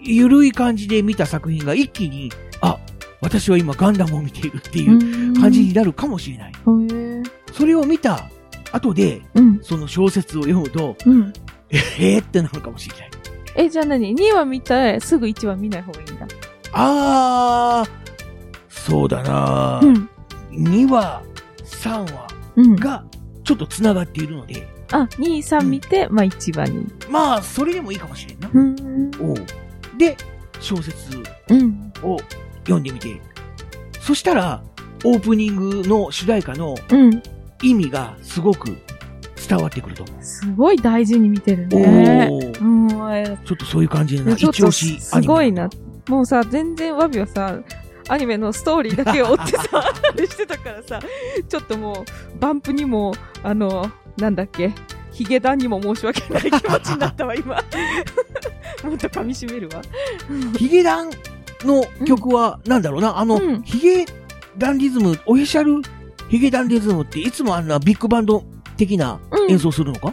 ゆるい感じで見た作品が一気に、あ、私は今ガンダムを見ているっていううん感じになるかもしれない。へえ。それを見た後で、うん。その小説を読むと、うん。えーってなるかもしれない。え、じゃあ何 ?2 話見たらすぐ1話見ない方がいいんだ。あー、そうだな、うん。 2話、3話うん。がちょっと繋がっているので、あ、2、3見て、まあ1話に。まあ、それでもいいかもしれんな。うん。おうで、小説うん。を読んでみて、そしたら、オープニングの主題歌のうん。意味がすごく伝わってくると思う。すごい大事に見てるおね。ーうん。えちょっとそういう感じでな、一ちょっ押としすアニメ。ごいな。。もうさ、全然ワビはさ、アニメのストーリーだけを追って さ、あれしてたからさ、ちょっともう、バンプにも、あの、なんだっけ、ヒゲダンにも申し訳ない気持ちになったわ、 今。もっと噛み締めるわ。ヒゲダンの曲は、なんだろうな、あの、うんヒゲダンリズム、オフィシャルヒゲダンリズムっていつもあんなビッグバンド的なうん演奏するのか、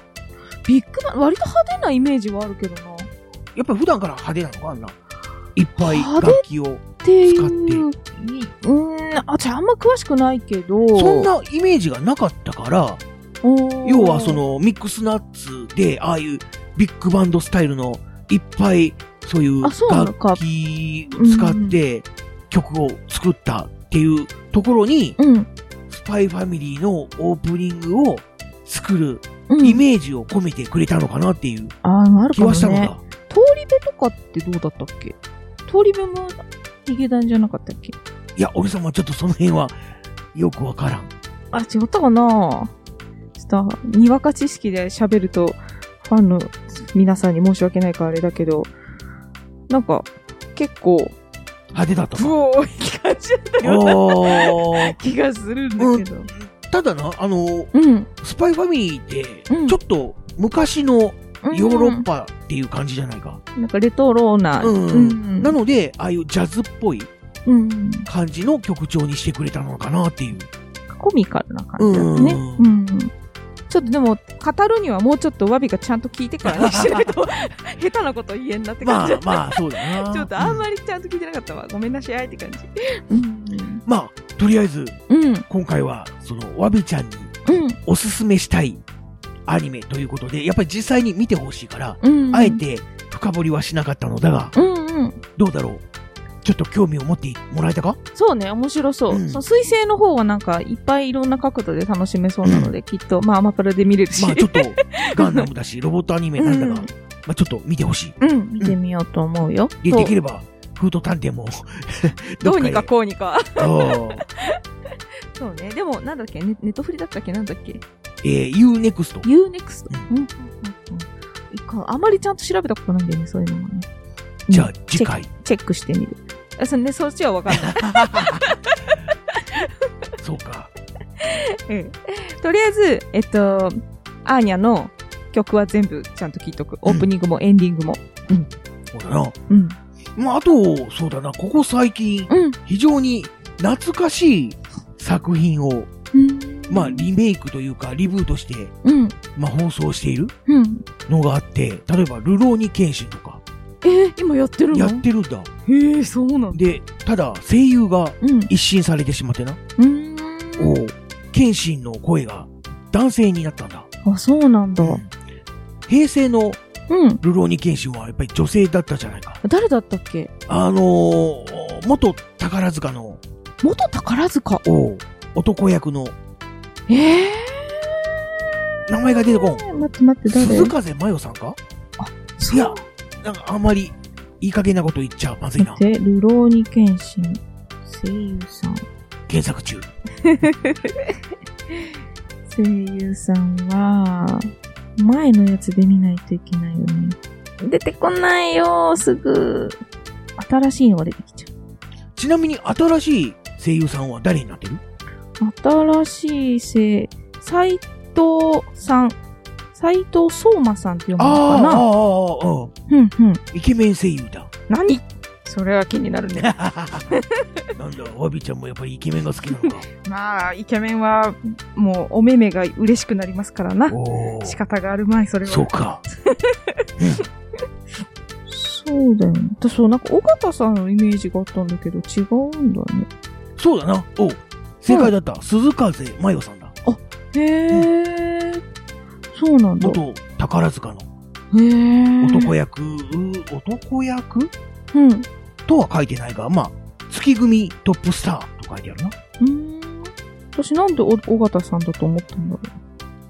ビッグバン、割と派手なイメージはあるけどな。っやっぱり普段から派手なのかあんな。いっぱい派手楽器を。てい使う。うーん、あ、じゃああんま詳しくないけど。そんなイメージがなかったから、おー、要はそのミックスナッツで、ああいうビッグバンドスタイルのいっぱいそういうあそうなのか楽器使って曲を作ったっていうところに、うん、スパイファミリーのオープニングを作るうん。イメージを込めてくれたのかなっていうあー、ある気かもはしたのねだ。。通り部とかってどうだったっけ通り部もヒゲダンじゃなかったっけいや、俺様ちょっとその辺はよくわからん。あ、違ったかなちょっと、にわか知識で喋ると、ファンの皆さんに申し訳ないからあれだけど、なんか、結構、派手だったブ な。オーい感じだったようなおー気がするんだけど。ただな、あの、うん。スパイファミリーって、うんちょっと昔のうんヨーロッパっていう感じじゃないか。なんかレトロな。うん。うんなので、ああいうジャズっぽいうん。感じの曲調にしてくれたのかなっていう。コミカルな感じだったね。ううん。ちょっとでも、語るにはもうちょっとワビがちゃんと聞い てからにしないと、下手なこと言えんなって感まじだあった。まあ、そうだな。ちょっとあんうんまりちゃんと聞いてなかったわ。ごめんなさいって感じ。うん。まあ、とりあえず、うん。今回は、その、わびちゃんにうん。おすすめしたいアニメということで、やっぱり実際に見てほしいから、うん。あえ。て深掘りはしなかったのだが、うんうん。どうだろうちょっと興味を持ってもらえた かそうね、面白そう。うんその水星の方はなんか、いっぱいいろんな角度で楽しめそうなので、きっと、まあ、アマプラで見れるし。まあちょっと、ガンダムだし、ロボットアニメなんだが、うんまあちょっと見てほしい。うん、見てみようと思うよ。で、と、できれば、フード探偵も どうにかこうにか。う。あーそうね。でも、なんだっけ、ネネットフリだったっけなんだっけえー、UNEXT。 ?Unext。うんうんうんうんいかあまりちゃんと調べたことないんだよね、そういうのもね。じゃあうん次回、チェックしてみる。あそ,、ね、そっちはわかん ない。そうか。うんとりあえず、えっと、アーニャの曲は全部ちゃんと聴いとく。オープニングもエンディングも。そうだな。うん。まああと、そうだな、ここ最近、うん。非常に懐かしい作品を、まあリメイクというか、リブートして、うん。まあ放送しているうん。のがあって、例えば、ルローニケンシンとか、えー、今やってるのやってるんだ。へえ、そうなんだ。で、ただ、声優がうん。一新されてしまってな。うん。おう剣心の声が男性になったんだ。あ、そうなんだ。平成のうん。ルローニケンシンはやっぱり女性だったじゃないか。誰だったっけあのー、元宝塚の元宝塚。おう男役のええ名前が出てこん。え待って待って、誰鈴風真代さんかいや、なんかあんまりいい加減なこと言っちゃまずいな待。って、ルローニケンシン、声優さん。検索中。声優さんは、前のやつで見ないといけないよね。出てこないよ、すぐ。新しいのが出てきちゃちなみに新しい声優さんは誰になってるう。新しい声、斎藤さん。斎藤相馬さんって読むのかああなああ、ああ、うんうん。イケメン声優だ。 何それは気になるね。なんだ、わびちゃんもやっぱりイケメンが好きなの か。まあ、イケメンは、もう、お目目が嬉しくなりますからな。おお。仕方があるまい、それは。そうか。そうだよね。私、そう、なんか、尾形さんのイメージがあったんだけど、違うんだね。そうだな。おう正解だった。鈴風真代さんだ。へえ、そうなんだ。元宝塚のへえ。男役、男役うん。うとは書いてないが、まあ、月組トップスターと書いてあるな。ーん。私なんでお尾形さんだと思ったんだ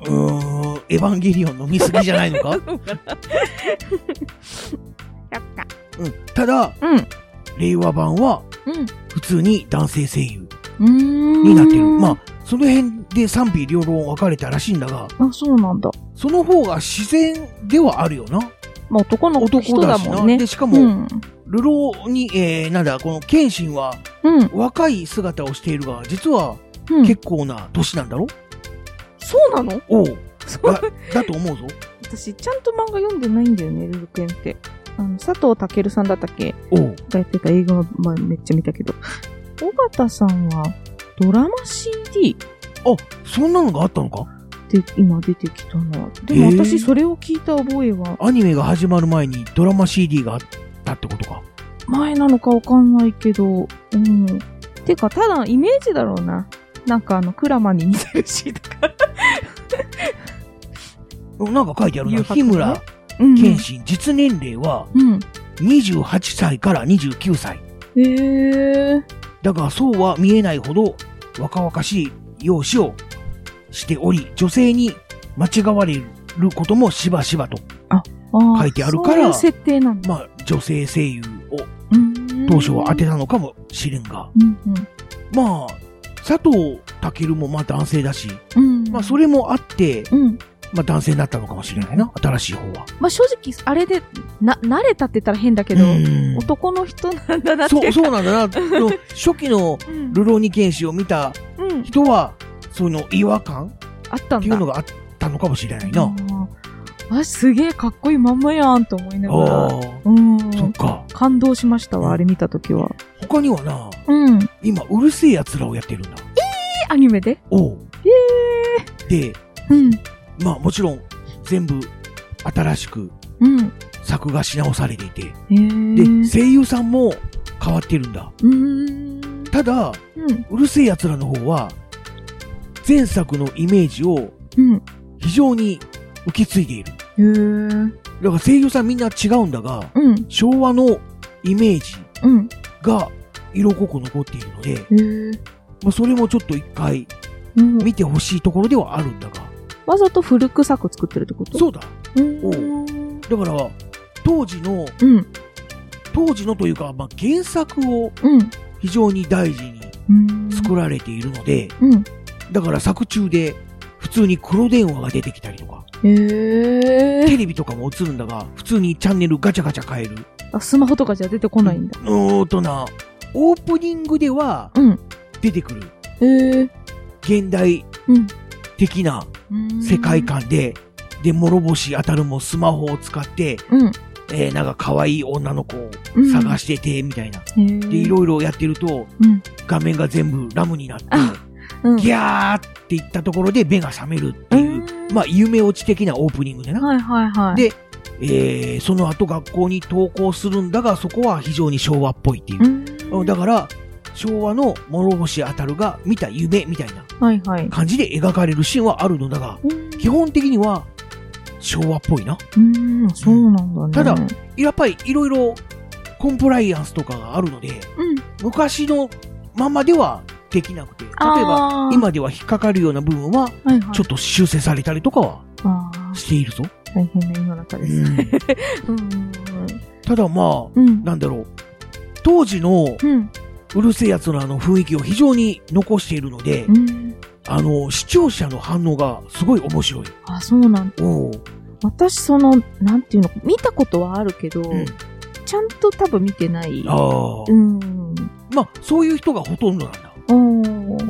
ろうーん、エヴァンゲリオン飲みすぎじゃない のかう。やっうん。ただ、た。うん。令和版はうん。普通に男性声優うーん。になってる。まあ、その辺で賛否両論分かれたらしいんだが、あ。あ、そうなんだ。その方が自然ではあるよな。まあ、男の人男だだしもな。んねで、。しかうも、ん。流浪に、えー、なんだ、この謙信はうん。若い姿をしているが、実はうん。結構な年なんだろ、そうなのおう。そうだ、だと思うぞ。私、ちゃんと漫画読んでないんだよね、ルルケンって。あの、佐藤健さんだったっけおう。がやってた映画は、まあ、めっちゃ見たけど。尾形さんは、ドラマ CD あ、そんなのがあったのかって今出てきたな。でもへー私、それを聞いた覚えは、アニメが始まる前にドラマ CD があったってことか。前なのかわかんないけど、うん。てか、ただのイメージだろうな。なんかあの、クラマに似てるし、とか。なんか書いてある誘な。惑日村うん。謙信、実年齢はうん。 28歳から29歳。へえ。だがそうは見えないほど若々しい容姿をしており、女性に間違われることもしばしばと。あー書いてあるからそういう設定なんだ。まあ、女性声優をうん当初は当てたのかもしれんが。うんまあ、佐藤健もまあ男性だし、うん。うん。まあそれもあって、うん。まあ男性になったのかもしれないな、新しい方は。まあ正直、あれで、な、慣れたって言ったら変だけど、うん男の人なんだなっていそう、う。そうなんだな。の初期のうんルローニケンシを見たうん。人は、その違和感あったっんていうだの。があったのかもしれないな。あ、すげえかっこいいまんまやんと思いながああら。、うん。そっか。感動しましたわ、あれ見たときは。他にはな、うん。え、今、うるせえ奴らをやってるんだ。アニメでおう。えで、えうん。まあもちろん、全部、新しくうん。作画し直されていて、えで、ー。声優さんも変わってるんだ。うーん。ただ、うん。うるせえ奴らの方は、前作のイメージをうん。非常に受け継いでいる。へーだから声優さんみんな違うんだが、うん。昭和のイメージうん。が色濃く残っているので、へーまあ、それもちょっと一回うん。見てほしいところではあるんだが、わざと古臭く作ってるってことそうだ。うーん。だから、当時の、うん。当時のというか、まあ、原作をうん。非常に大事にうん。作られているので、うん。だから作中で普通に黒電話が出てきたりとか、へえ。テレビとかも映るんだが、普通にチャンネルガチャガチャ変える。あ、スマホとかじゃ出てこないんだ。うーんとな、オープニングではうん。出てくるへえ。現代うん的なうーん。世界観で、で、諸星当たるもスマホを使って、うん。えー、なんか可愛い女の子をうん。探してて、みたいな。へーで、いろいろやってると、うん画面が全部ラムになって、うん。ギャーって言ったところで目が覚めるっていう、うーんまあ、夢落ち的なオープニングでな。はいはいはい。でえー、その後学校に登校するんだが、そこは非常に昭和っぽいっていうう。ーんだから、昭和の諸星当たるが見た夢みたいなはいはい。感じで描かれるシーンはあるのだが、基本的には昭和っぽいな。うん、うんそうなんだね。ただやっぱりいろいろコンプライアンスとかがあるので、うん、昔のままではできなくて、例えばあー、今では引っかかるような部分ははいはい、ちょっと修正されたりとかはしているぞ。大変な世の中です。うんうん。ただまうあ、ん。なんだろう。当時のうん。うるせえやつのあの雰囲気を非常に残しているので、うん。あの、視聴者の反応がすごい面白い。あ、そうなんおう私、その、なんていうの、見たことはあるけど、うんちゃんと多分見てない。あうあ。ん。まあ、そういう人がほとんどなんだ。おほ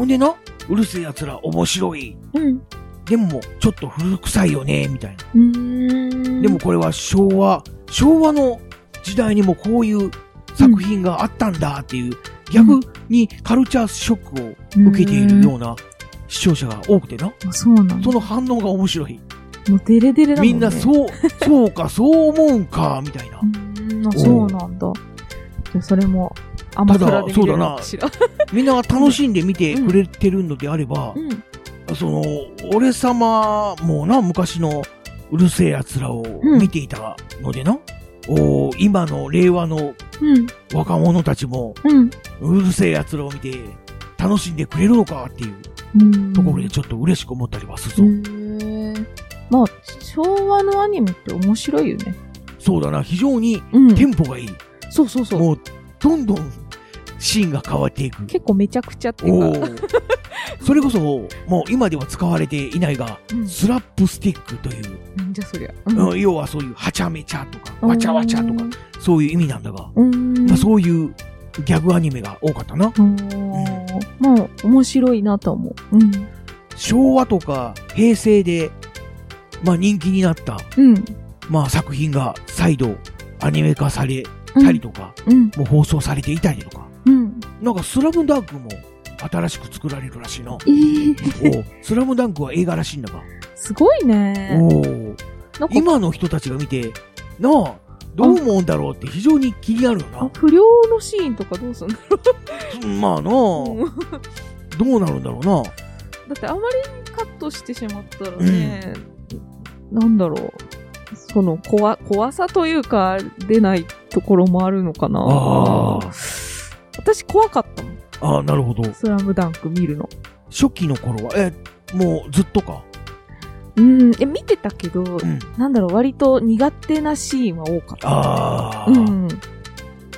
ーんでな、うるせえやつら面白い。うん。でも、ちょっと古臭いよね、みたいな。うーん。でも、これは昭和、昭和の時代にもこういう作品があったんだっていう、逆にカルチャーショックを受けているような視聴者が多くてな。あそうなんだそ。の反応が面白い。もうデレデレだもんね。みんなう。そう、そうか、そう思うんか、みたいな。ん、あそうなんだ。じゃあそれも、アマプラで見れるのかしら。みんなが楽しんで見てくれてるのであれば、うん。その、俺様もな、昔のうるせえ奴らをうん見ていたのでな、お今の令和のうん。若者たちも、うん。うるせえ奴らを見て、楽しんでくれるのかっていううん。ところでちょっと嬉しく思ったりはするぞ。へえ。まあ、昭和のアニメって面白いよね。そうだな、非常にうんテンポがいい。そうそうそう。もう、どんどんシーンが変わっていく。結構めちゃくちゃっていおうか。 ーそれこそ、もう今では使われていないが、うんスラップスティックという、なんじゃそりゃ。うん要はそういうはちゃめちゃとか、わちゃわちゃとか、そういう意味なんだが、うん。うん。まあ、そういうギャグアニメが多かったな。うーんまあ、面白いなと思う。うん。昭和とか平成で、まあ、人気になった、うん。まあ、作品が再度アニメ化されうんたりとか、うん。もう放送されていたりとか、うん。なんかスラムダンクも新しく作られるら しいな。おえー、うスラムダンクは映画らしいんだが。すごいね。おうなんか、今の人たちが見て、なあ、どう思うんだろうって非常に気になるよな。不良のシーンとかどうすんだまあなあ、ろうど。うなるんだろうな。だってあまりカットしてしまったらね、なんだろう。その怖、怖さというか、出ないところもあるのかな。あー私怖かったもん。ああ、なるほど。スラムダンク見るの。初期の頃は、え、もうずっとか。うん、え、見てたけど、んなんだろう、割と苦手なシーンは多かった。ああ、うん。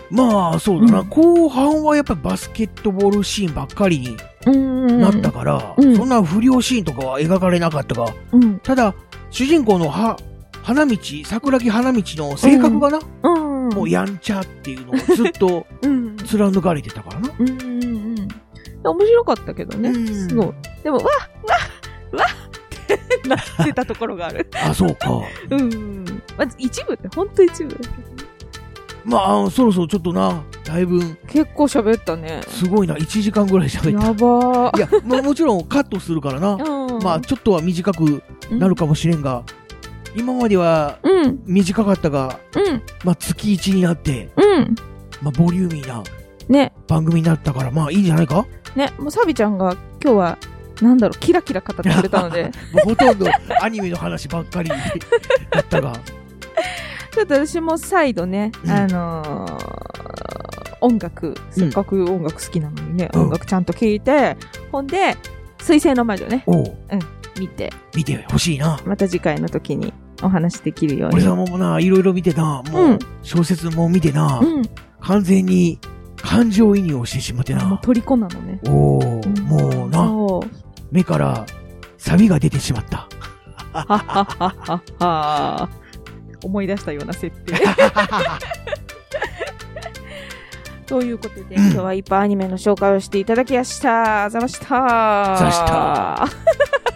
まあそうだな、うん後半はやっぱりバスケットボールシーンばっかりにうん。なった。から、うんそんな不良シーンとかは描かれなかったが、うん。ただ、主人公のは、花道、桜木花道の性格がな、うん。もうやんちゃっていうのをずっと うん。貫かれてたからな。うんうんうん。面白かったけどね。うんすごい。でも、わっわっわっってなってたところがある。あ、そうか。うん。まず一部って、ほんと一部だけどね。まああ、そろそろちょっとな、だいぶ、結構喋ったね。すごいな、1時間ぐらい喋やった。ばいや、ま あ、もちろんカットするからな。ー。うん。まあ、ちょっとは短くなるかもしれんが、今まではうん。うん。短かったが、うん。まあ、月1になって、うん。まあ、ボリューミーなね。番組になったから、まあ、いいんじゃないかね。もうサビちゃんが今日は、なんだろう、キラキラ語ってくれたの で、 もうほとんどアニメの話ばっかりだった が、ちょっと私も再度ね、うんあのー音楽、せっかく音楽好きなのにね、うん音楽ちゃんと聴いて、ほんで、水星の魔女ね、おう、見て、見てほしいな。また次回の時にお話しできるよう俺に。様もな、いろいろ見てな、もう、うん小説も見てな、うん。完全に感情移入をしてしまってもうな、虜なのね。おお、もうな、そう。目からサビが出てしまった。はっはっはっはっは。思い出したような設定。 ということで、うん今日はいっぱいアニメの紹介をしていただきました。あざました。ざ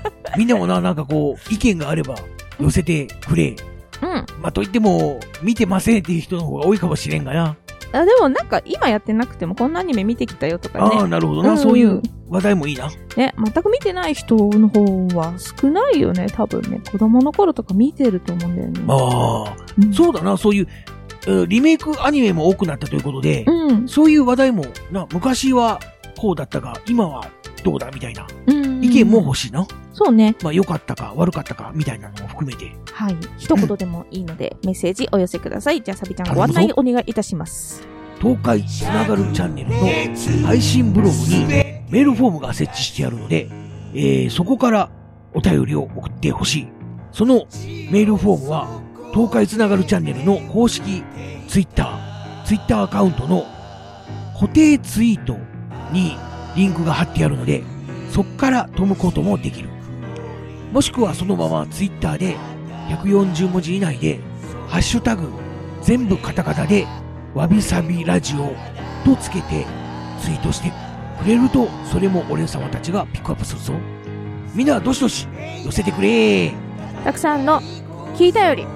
まみんなもな、なんかこう、意見があれば寄せてくれ。した。うん。まあ、といっても、見てませんっていう人の方が多いかもしれんがな。あでもなんか今やってなくてもこんなアニメ見てきたよとかああ、ね。なるほどな、うんそういう話題もいいな。ね、全く見てない人の方は少ないよね、多分ね。子供の頃とか見てると思うんだよね。ああ、うんそうだな、そういう、うんリメイクアニメも多くなったということで、うん。そういう話題もな、昔はこうだったが、今はどうだみたいなうん。意見も欲しいな。そうね。まあ、良かったか悪かったかみたいなのも含めて。はい。一言でもいいので、メッセージお寄せください。じゃあ、サビちゃんご案内お願いいたします。東海つながるチャンネルの配信ブログにメールフォームが設置してあるので、えーそこからお便りを送ってほしい。そのメールフォームは東海つながるチャンネルの公式ツイッターツイッターアカウントの固定ツイートにリンクが貼ってあるのでそっから飛ぶこともできるもしくはそのままツイッターで140文字以内で「ハッシュタグ全部カタカタでわびさびラジオ」とつけてツイートしてくれるとそれも俺様たちがピックアップするぞみんなどしどし寄せてくれたくさんの聞いたより、ん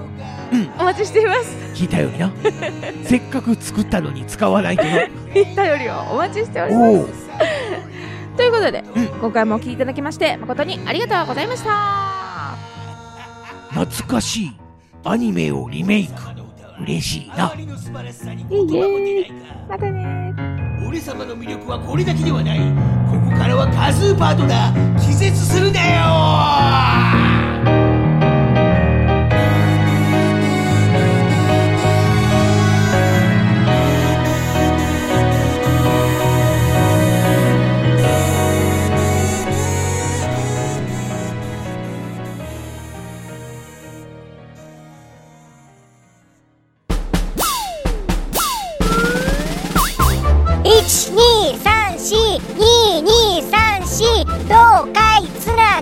お待ちしています。 聞いた よりなせっかく作ったのに使わないとな聞いたよりをお待ちしております。おおということで、うん今回もお聞きいただきまして誠にありがとうございました。懐かしいアニメをリメイク嬉しいなイエーイまたねー。俺様の魅力はこれだけではないここからはカズーパートが気絶するんだよ12342234東海つな